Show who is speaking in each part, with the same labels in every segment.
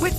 Speaker 1: With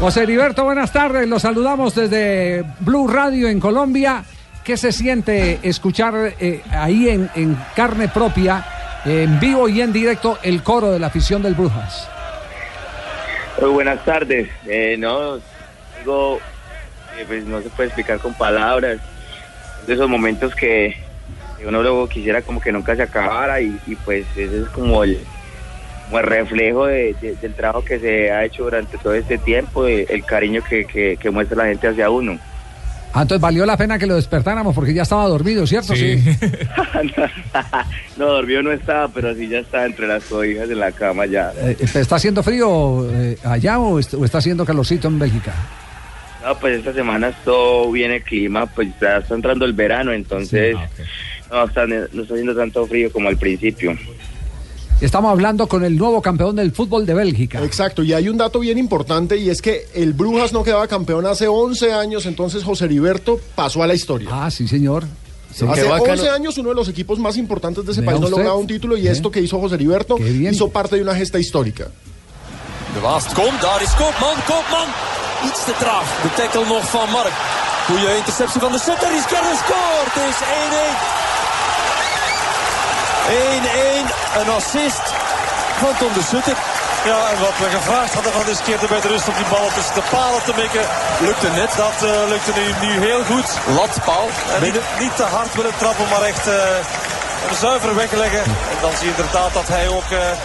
Speaker 2: José Heriberto, buenas tardes. Los saludamos desde Blue Radio en Colombia. ¿Qué se siente escuchar eh, ahí en, en carne propia, eh, en vivo y en directo, el coro de la afición del Brujas?
Speaker 3: Muy buenas tardes. Eh, no, digo, eh, pues no se puede explicar con palabras. De esos momentos que uno luego quisiera como que nunca se acabara y, y pues ese es como el, como el reflejo de- de- del trabajo que se ha hecho durante todo este tiempo, de- el cariño que, que- que muestra la gente hacia uno.
Speaker 2: Ah, entonces valió la pena que lo despertáramos porque ya estaba dormido, ¿cierto? Sí.
Speaker 3: no, dormido no estaba, pero sí ya está entre las cobijas de la cama ya.
Speaker 2: Eh, ¿Está haciendo frío eh, allá o, est- o está haciendo calorcito en Bélgica?
Speaker 3: No, pues esta semana todo bien el clima, pues ya está entrando el verano, entonces no, está, no está haciendo tanto frío como al principio.
Speaker 2: Estamos hablando con el nuevo campeón del fútbol de Bélgica.
Speaker 4: Exacto, y hay un dato bien importante y es que el Brujas no quedaba campeón hace 11 años, entonces José Heriberto pasó a la historia.
Speaker 2: Ah, sí, señor. Sí.
Speaker 4: hace
Speaker 5: quedó acá,
Speaker 4: 11
Speaker 5: ¿no?
Speaker 4: años uno de los equipos más importantes de ese
Speaker 2: Vea
Speaker 4: país no
Speaker 2: usted.
Speaker 4: lograba un título y
Speaker 2: Bien.
Speaker 4: esto que hizo José Heriberto
Speaker 2: Qué bien.
Speaker 4: hizo parte de una gesta histórica.
Speaker 5: De Waast komt, daar is Koopman, Koopman. Iets te traag, de tackle nog van Mark. Goeie interceptie van de setter, is Kerner scoort. Het is 1-1. 1-1, een assist van Tom de Sutter.
Speaker 6: Ja, en wat we gevraagd hadden van deze keer bij de rust om die ballen tussen de palen te mikken, lukte net. Dat eh, lukte nu, nu heel goed.
Speaker 5: Latpaal,
Speaker 6: En
Speaker 5: binnen.
Speaker 6: niet, niet te hard willen trappen, maar echt eh, hem zuiver wegleggen. En dan zie je inderdaad dat hij ook... eh,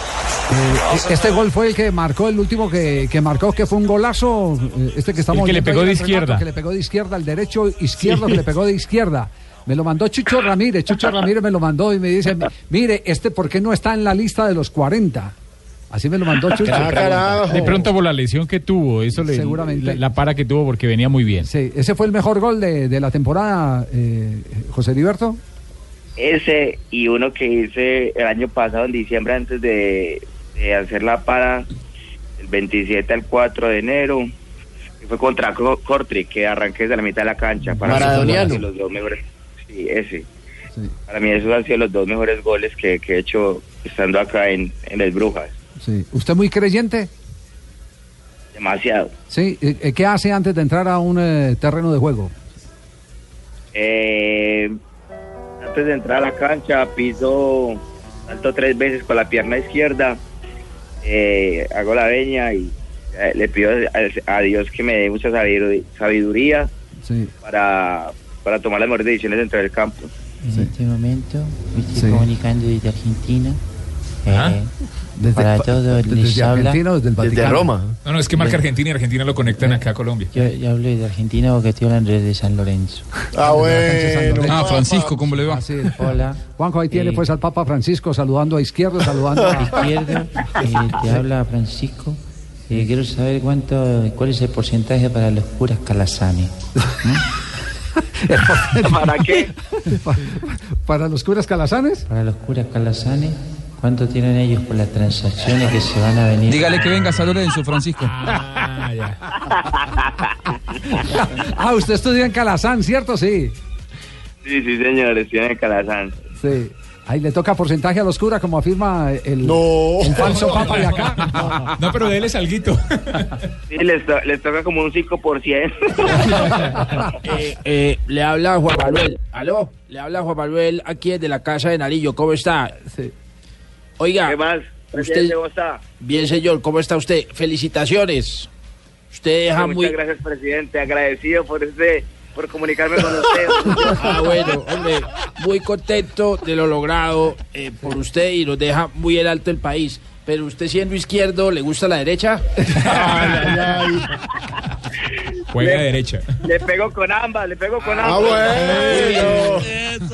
Speaker 6: als een,
Speaker 2: Este
Speaker 6: eh,
Speaker 2: gol fue el que marcó, el último que, que marcó, que fue un golazo. eh, Este que estamos
Speaker 7: El que le pegó
Speaker 2: viendo ahí
Speaker 7: de
Speaker 2: en el
Speaker 7: izquierda.
Speaker 2: que le pegó de izquierda, al derecho izquierdo que le pegó de izquierda. Me lo mandó Chucho Ramírez. Chucho Ramírez me lo mandó y me dice: Mire, este, ¿por qué no está en la lista de los 40? Así me lo mandó Chucho.
Speaker 4: Ah, carajo.
Speaker 7: De pronto por la lesión que tuvo, eso le,
Speaker 2: Seguramente.
Speaker 7: La, la para que tuvo porque venía muy bien.
Speaker 2: Sí, ese fue el mejor gol de, de la temporada, eh, José Heriberto.
Speaker 3: Ese y uno que hice el año pasado en diciembre antes de, de hacer la para el 27 al 4 de enero. que Fue contra Co- Cortric, que arranqué desde la mitad de la cancha. Para mí esos han sido
Speaker 5: Maradoniano.
Speaker 3: los dos mejores. Sí, ese. Para mí esos han sido los dos mejores goles que, que he hecho estando acá en, en el Brujas.
Speaker 2: Sí. ¿Usted muy creyente?
Speaker 3: Demasiado.
Speaker 2: Sí. eh, eh, ¿Qué hace antes de entrar a un eh, terreno de juego?
Speaker 3: Eh, antes de entrar a la cancha, piso salto tres veces con la pierna izquierda, eh, hago la veña y eh, le pido a, a Dios que me dé mucha sabidu- sabiduría
Speaker 2: Sí.
Speaker 3: para, para tomar las mejores decisiones dentro del campo.
Speaker 8: En este momento me estoy
Speaker 2: Sí.
Speaker 8: comunicando desde Argentina.
Speaker 7: Ajá.
Speaker 8: eh, para todos
Speaker 2: desde
Speaker 8: les habla.
Speaker 2: Argentina o desde el Vaticano.
Speaker 5: Desde Roma.
Speaker 7: No, no, es que marca Argentina y Argentina lo conectan acá a Colombia.
Speaker 8: Yo, yo hablo desde Argentina porque estoy hablando desde San Lorenzo.
Speaker 4: Ah, bueno.
Speaker 7: Ah, Francisco, ¿cómo le va?
Speaker 2: Así es.
Speaker 8: Hola.
Speaker 2: Juanjo, ahí tiene
Speaker 8: Eh,
Speaker 2: pues al Papa Francisco saludando a izquierdo, saludando a...
Speaker 8: Izquierdo, eh, te habla Francisco. Eh, quiero saber cuánto, cuál es el porcentaje para los curas calazanes.
Speaker 3: ¿Para qué?
Speaker 2: pa- para los curas calazanes.
Speaker 8: Para los curas calazanes, ¿cuánto tienen ellos por las transacciones que se van a venir?
Speaker 7: que venga a Lorenzo, Francisco. Ah, ya.
Speaker 2: Ah, usted estudió en Calazán, ¿cierto? Sí.
Speaker 3: Sí, sí, señores, tiene Calazán.
Speaker 2: Sí. Ahí le toca porcentaje a los curas, como afirma el,
Speaker 4: No.
Speaker 2: el falso Papa de acá.
Speaker 7: No, pero déle salguito.
Speaker 3: Sí, les, to- les toca como un 5%.
Speaker 9: Eh, eh, le habla Juan Manuel. ¿Aló? Le habla Juan Manuel aquí desde la casa de Narillo. ¿Cómo está?
Speaker 2: Sí.
Speaker 9: Oiga,
Speaker 3: ¿Qué más?
Speaker 9: usted,
Speaker 3: Presidente, ¿cómo está?
Speaker 9: bien señor, ¿cómo está usted? Felicitaciones. Usted deja
Speaker 3: Muchas
Speaker 9: muy...
Speaker 3: gracias, presidente. Agradecido por este, por comunicarme con usted.
Speaker 9: Ah, bueno, hombre, muy contento de lo logrado eh, por usted y nos deja muy en alto el país. Pero usted siendo izquierdo, ¿le gusta la derecha?
Speaker 4: Ay, ay, ay.
Speaker 7: Juega derecha.
Speaker 3: Le pego con ambas, le pego con
Speaker 4: Ah,
Speaker 3: ambas.
Speaker 4: bueno.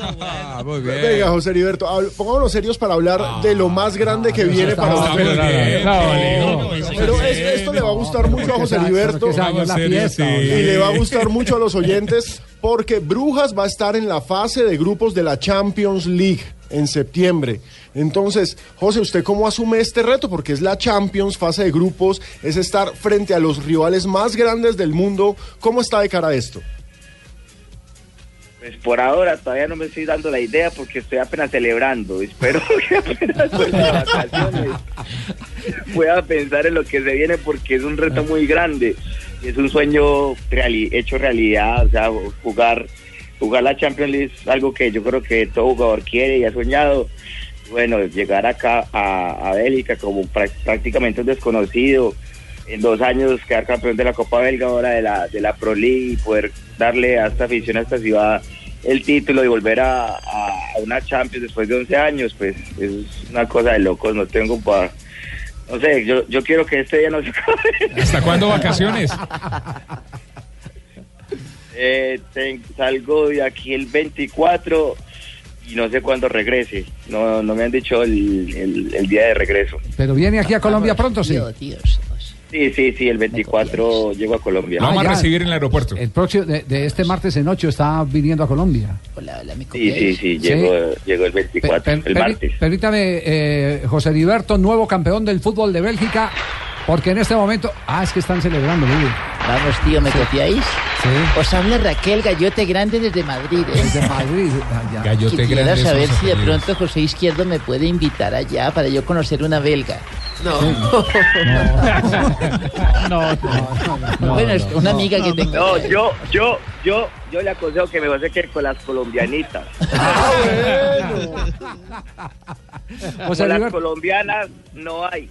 Speaker 7: muy
Speaker 4: Venga, José Heriberto, habl- pongámonos serios para hablar de lo más grande que viene para
Speaker 2: está
Speaker 4: usted.
Speaker 2: muy bien. No, no,
Speaker 4: Pero es- esto le va a gustar mucho a José
Speaker 2: Exacto,
Speaker 4: Heriberto
Speaker 2: porque se dañó la fiesta,
Speaker 4: y le va a gustar mucho a los oyentes porque Brujas va a estar en la fase de grupos de la Champions League en septiembre. Entonces, José, ¿usted cómo asume este reto? Porque es la Champions, fase de grupos, es estar frente a los rivales más grandes del mundo. ¿Cómo está de cara a esto?
Speaker 3: Pues por ahora todavía no me estoy dando la idea porque estoy apenas celebrando. Espero que apenas vuelva de vacaciones pueda pensar en lo que se viene porque es un reto muy grande. Y Es un sueño reali- hecho realidad. O sea, jugar, jugar la Champions League es algo que yo creo que todo jugador quiere y ha soñado. Bueno, llegar acá a, a Bélgica como prá- prácticamente un desconocido en dos años quedar campeón de la Copa Belga, ahora de la, de la Pro League y poder darle a esta afición, a esta ciudad el título y volver a, a una Champions después de 11 años, pues es una cosa de locos, no tengo para... No sé, yo, yo quiero que este día no se acabe.
Speaker 7: ¿Hasta cuándo vacaciones?
Speaker 3: Eh, ten- salgo de aquí el 24 y no sé cuándo regrese, no, no me han dicho el- el- el día de regreso.
Speaker 2: Pero viene aquí a Colombia pronto, sí.
Speaker 3: Sí, sí, sí, el 24 llego a Colombia.
Speaker 2: Lo vamos a Ah, ya. recibir
Speaker 7: en el aeropuerto.
Speaker 2: El próximo de, de este martes en ocho está viniendo a Colombia.
Speaker 3: Sí, sí, sí, llego, llego el 24, el
Speaker 2: Permi-
Speaker 3: martes.
Speaker 2: Permítame, eh, José Heriberto, nuevo campeón del fútbol de Bélgica, porque en este momento. Ah, es que están celebrando,
Speaker 10: Vamos, tío, ¿me copiáis?
Speaker 2: Sí.
Speaker 10: Os habla Raquel Gallote Grande desde Madrid. ¿eh?
Speaker 2: Desde Madrid. Ah,
Speaker 7: Gallote
Speaker 10: Quisiera
Speaker 7: Grande,
Speaker 10: saber
Speaker 7: esos
Speaker 10: si de
Speaker 7: apellidos.
Speaker 10: pronto José Izquierdo me puede invitar allá para yo conocer una belga. No.
Speaker 2: No,
Speaker 10: bueno, es una amiga que tengo.
Speaker 3: No, yo, yo, yo, yo le aconsejo que me vas a quedar con las colombianitas.
Speaker 2: O sea,
Speaker 3: con las
Speaker 2: Liber-
Speaker 3: colombianas no hay.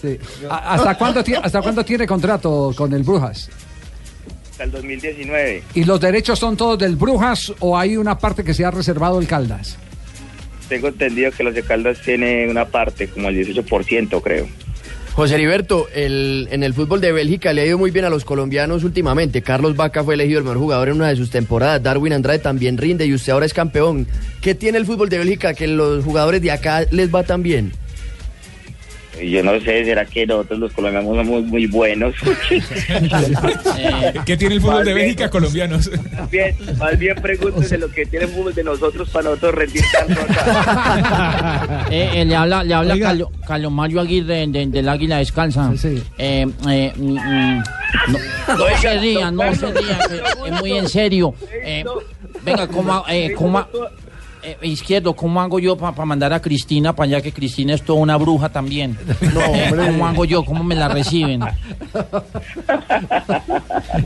Speaker 2: Sí. ¿A- ¿Hasta cuándo, ti- ¿Hasta cuándo tiene contrato con el Brujas?
Speaker 3: Hasta el 2019.
Speaker 2: ¿Y los derechos son todos del Brujas o hay una parte que se ha reservado el Caldas?
Speaker 3: Tengo entendido que los de Caldas tiene una parte, como el 18%, creo.
Speaker 11: José Heriberto, el- en el fútbol de Bélgica le ha ido muy bien a los colombianos últimamente. Carlos Vaca fue elegido el mejor jugador en una de sus temporadas. Darwin Andrade también rinde y usted ahora es campeón. ¿Qué tiene el fútbol de Bélgica que los jugadores de acá les va tan bien?
Speaker 3: Y Yo no sé, ¿será que nosotros los colombianos somos muy buenos?
Speaker 7: Eh, ¿Qué tiene el fútbol de Bélgica colombianos?
Speaker 3: Más bien, más bien pregúntese lo que tiene el fútbol de nosotros para nosotros rendir tanto acá.
Speaker 9: Eh, eh, le habla, le habla Calo- Calomario Aguirre de- del Águila Descalza. Eh, eh, mm, mm, no, no
Speaker 10: Oiga,
Speaker 9: se rían, no
Speaker 10: don
Speaker 9: se rían, eh, es muy en serio. Eh, venga, ¿cómo, eh, cómo ha- eh, izquierdo, ¿cómo hago yo para mandar a Cristina para allá que Cristina es toda una bruja también? Eh, ¿Cómo hago yo? ¿Cómo me la reciben?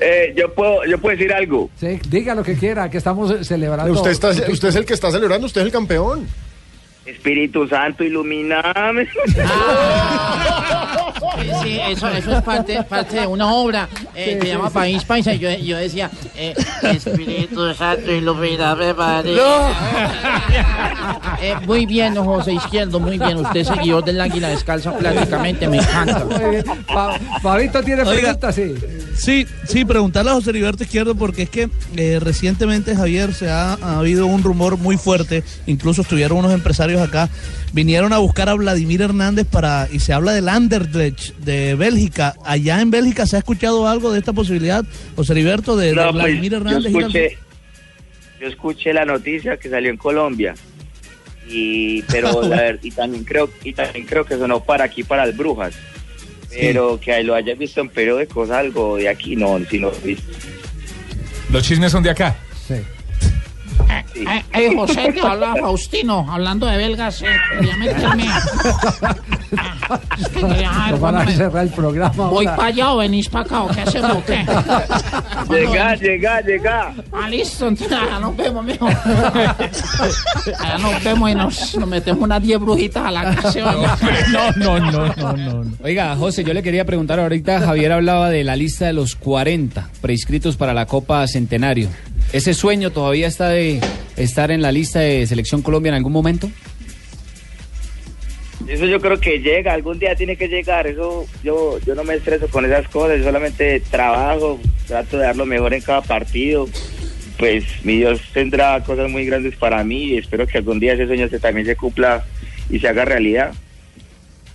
Speaker 3: Eh, yo puedo, yo puedo decir algo.
Speaker 2: Sí, diga lo que quiera, que estamos eh, celebrando.
Speaker 4: Usted, está, usted es el que está celebrando, usted es el campeón.
Speaker 3: Espíritu Santo, iluminame.
Speaker 9: Ah. Sí, sí, eso, eso es parte, parte de una obra eh, que se llama País Paisa. Y yo, yo decía, eh, Espíritu Santo, ilumíname, María. Eh, muy bien, don José Izquierdo, muy bien. Usted es seguidor del Águila Descalza, prácticamente, me encanta.
Speaker 2: Fabito tiene
Speaker 12: preguntas,
Speaker 2: sí.
Speaker 12: Sí, sí, preguntarle a José Heriberto Izquierdo porque es que eh, recientemente, Javier, se ha, ha habido un rumor muy fuerte, incluso estuvieron unos empresarios acá, vinieron a buscar a Vladimir Hernández para, y se habla del Anderlecht de Bélgica. Allá en Bélgica se ha escuchado algo de esta posibilidad, José Heriberto, de, de
Speaker 3: No, pues,
Speaker 12: Vladimir
Speaker 3: yo
Speaker 12: Hernández. ir al-
Speaker 3: escuché, yo escuché la noticia que salió en Colombia y pero la ver- y también creo y también creo que sonó para aquí para las Brujas, pero que lo hayas visto en periódicos algo de aquí no, sino
Speaker 7: Los chismes son de acá.
Speaker 9: Eh, eh, José, te habla Faustino, hablando de belgas, eh, quería meterme. Ah, es que quería saber
Speaker 2: Nos van
Speaker 9: cuándo
Speaker 2: a
Speaker 9: me-
Speaker 2: cerrar el programa.
Speaker 9: ¿Voy
Speaker 2: ahora.
Speaker 9: para allá o venís para acá o qué hacemos? o ¿Qué?
Speaker 12: Ah,
Speaker 3: Llega, llega, llega.
Speaker 9: Ah, listo, entonces allá nos vemos, mijo. Allá nos vemos y nos, nos metemos unas 10 brujitas a la casa. oiga.
Speaker 13: No, no, no, no, no. Oiga, José, yo le quería preguntar ahorita, Javier hablaba de la lista de los 40 preinscritos para la Copa Centenario. ¿Ese sueño todavía está de estar en la lista de Selección Colombia en algún momento?
Speaker 3: Eso yo creo que llega, algún día tiene que llegar. Eso yo, yo no me estreso con esas cosas, yo solamente trabajo, trato de dar lo mejor en cada partido. Pues mi Dios tendrá cosas muy grandes para mí y espero que algún día ese sueño se, también se cumpla y se haga realidad.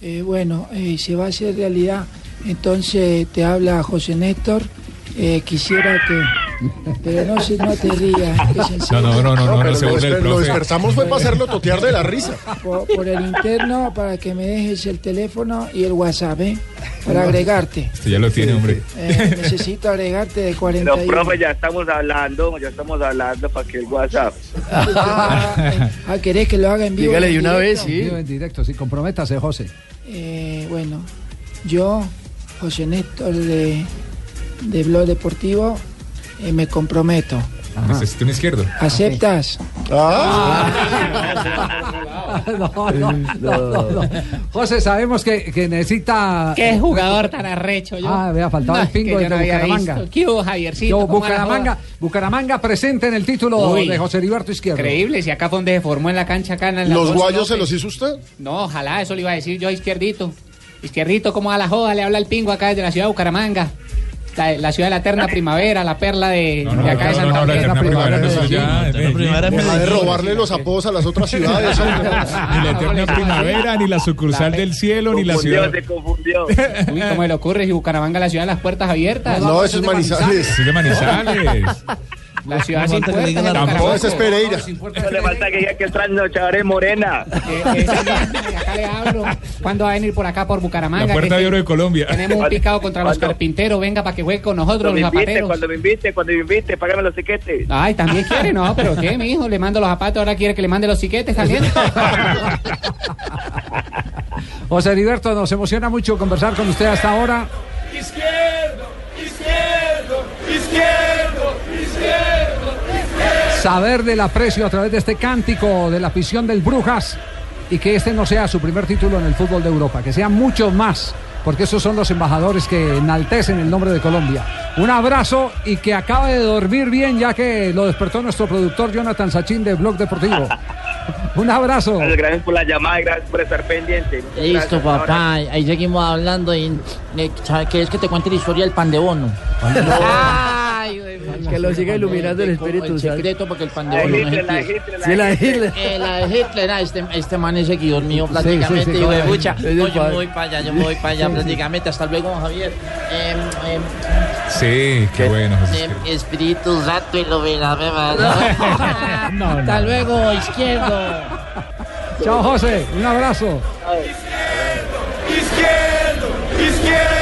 Speaker 14: Eh, bueno, eh, se va a hacer realidad. Entonces te habla José Néstor. Eh, quisiera que. Pero no, se- no te rías. es en
Speaker 15: No,
Speaker 14: serio.
Speaker 15: no, no, no, no,
Speaker 4: pero
Speaker 15: se
Speaker 4: lo
Speaker 15: burle el
Speaker 4: desper- lo
Speaker 15: profe.
Speaker 4: despertamos fue para hacerlo totear de la risa.
Speaker 14: Por, por el interno, para que me dejes el teléfono y el WhatsApp, ¿eh? Para agregarte.
Speaker 15: Este ya lo tiene, hombre.
Speaker 14: Eh, necesito agregarte de 41.
Speaker 3: Pero profe, ya estamos hablando, ya estamos hablando para que el WhatsApp.
Speaker 14: Ah, ¿querés que lo haga en vivo? y en directo?
Speaker 2: En vivo, en directo, eh, sí, comprométase, José.
Speaker 14: Eh, bueno, yo, José Néstor de, de Blog Deportivo, eh, me comprometo.
Speaker 15: Necesito un izquierdo.
Speaker 14: ¿Aceptas?
Speaker 4: Ah,
Speaker 14: Ah,
Speaker 2: No, no, no, no. José, sabemos que, que necesita.
Speaker 16: Qué jugador tan arrecho yo.
Speaker 2: Ah, vea, faltaba
Speaker 16: No,
Speaker 2: el pingo
Speaker 16: que yo
Speaker 2: de
Speaker 16: no había
Speaker 2: Bucaramanga.
Speaker 16: visto. ¿Qué hubo, Javiercito?
Speaker 2: Yo,
Speaker 16: ¿Cómo va la
Speaker 2: Bucaramanga,
Speaker 16: joda?
Speaker 2: Bucaramanga presente en el título
Speaker 16: Uy.
Speaker 2: de José Heriberto Izquierdo.
Speaker 16: Increíble, si acá fue donde se formó en la cancha acá en la
Speaker 2: ¿Los guayos
Speaker 4: se los
Speaker 16: hizo usted? No, ojalá, eso le iba a decir yo a Izquierdito. Izquierdito, ¿cómo a la joda? Le habla el pingo acá desde la ciudad de Bucaramanga. La, la ciudad de la eterna primavera, la perla de, de acá de Santander.
Speaker 4: Deja de robarle los apodos a las otras ciudades. hombre.
Speaker 15: Ni la eterna primavera, ni la sucursal del cielo, ni la ciudad.
Speaker 3: confundió.
Speaker 16: Uy, ¿cómo se le ocurre? Si Bucaramanga es la ciudad de las puertas abiertas.
Speaker 4: No, eso es Manizales.
Speaker 15: Es de Manizales.
Speaker 16: La ciudad
Speaker 4: No
Speaker 16: sin
Speaker 4: falta que le digan
Speaker 16: puertas.
Speaker 4: la- Tampoco, ese es Pereira.
Speaker 3: No le falta que diga que el trasnochador es morena.
Speaker 16: Acá le hablo. ¿Cuándo va a venir por acá, por Bucaramanga?
Speaker 15: La puerta
Speaker 16: Que
Speaker 15: de oro de Colombia.
Speaker 16: Tenemos un picado contra los carpinteros. Venga para que juegue con nosotros,
Speaker 3: Cuando me
Speaker 16: los
Speaker 3: invite,
Speaker 16: zapateros.
Speaker 3: cuando me invite, cuando me invite, págame los tiquetes.
Speaker 16: Ay, también quiere, no, pero ¿qué, mi hijo? Le mando los zapatos, ahora quiere que le mande los siquetes también.
Speaker 2: José Heriberto, nos emociona mucho conversar con usted hasta ahora.
Speaker 17: Izquierdo, izquierdo, izquierdo, izquierdo.
Speaker 2: Saber del aprecio a través de este cántico de la afición del Brujas y que este no sea su primer título en el fútbol de Europa, que sean muchos más, porque esos son los embajadores que enaltecen el nombre de Colombia. Un abrazo y que acabe de dormir bien, ya que lo despertó nuestro productor Jonathan Sachin de Blog Deportivo. Un abrazo.
Speaker 3: Muchas gracias por la llamada y gracias por estar pendiente. Muchas
Speaker 9: Listo,
Speaker 3: gracias. Un
Speaker 9: papá. Ahí seguimos hablando. Y, eh, ¿Sabes qué es que te cuente la historia del pan de bono?
Speaker 18: Que lo siga iluminando el Espíritu
Speaker 9: El
Speaker 18: Santo.
Speaker 9: secreto porque el pan de bono no
Speaker 18: Hitler, la de
Speaker 9: existe.
Speaker 18: Hitler, la Sí, la de de Hitler.
Speaker 9: Eh, la de Hitler, ah, este, este man es seguidor mío
Speaker 18: Sí, sí, sí,
Speaker 9: prácticamente. hijo de
Speaker 18: claro.
Speaker 9: pucha.
Speaker 18: Es el
Speaker 9: No, yo me
Speaker 18: padre.
Speaker 9: voy para allá, yo me voy para
Speaker 18: Sí,
Speaker 9: allá
Speaker 18: sí.
Speaker 9: prácticamente. Hasta luego, Javier. Eh, eh,
Speaker 15: Sí, qué bueno, José
Speaker 9: eh, Espíritu Santo y lo Hasta luego, izquierdo.
Speaker 2: Chao José, un abrazo.
Speaker 17: Izquierdo, izquierdo.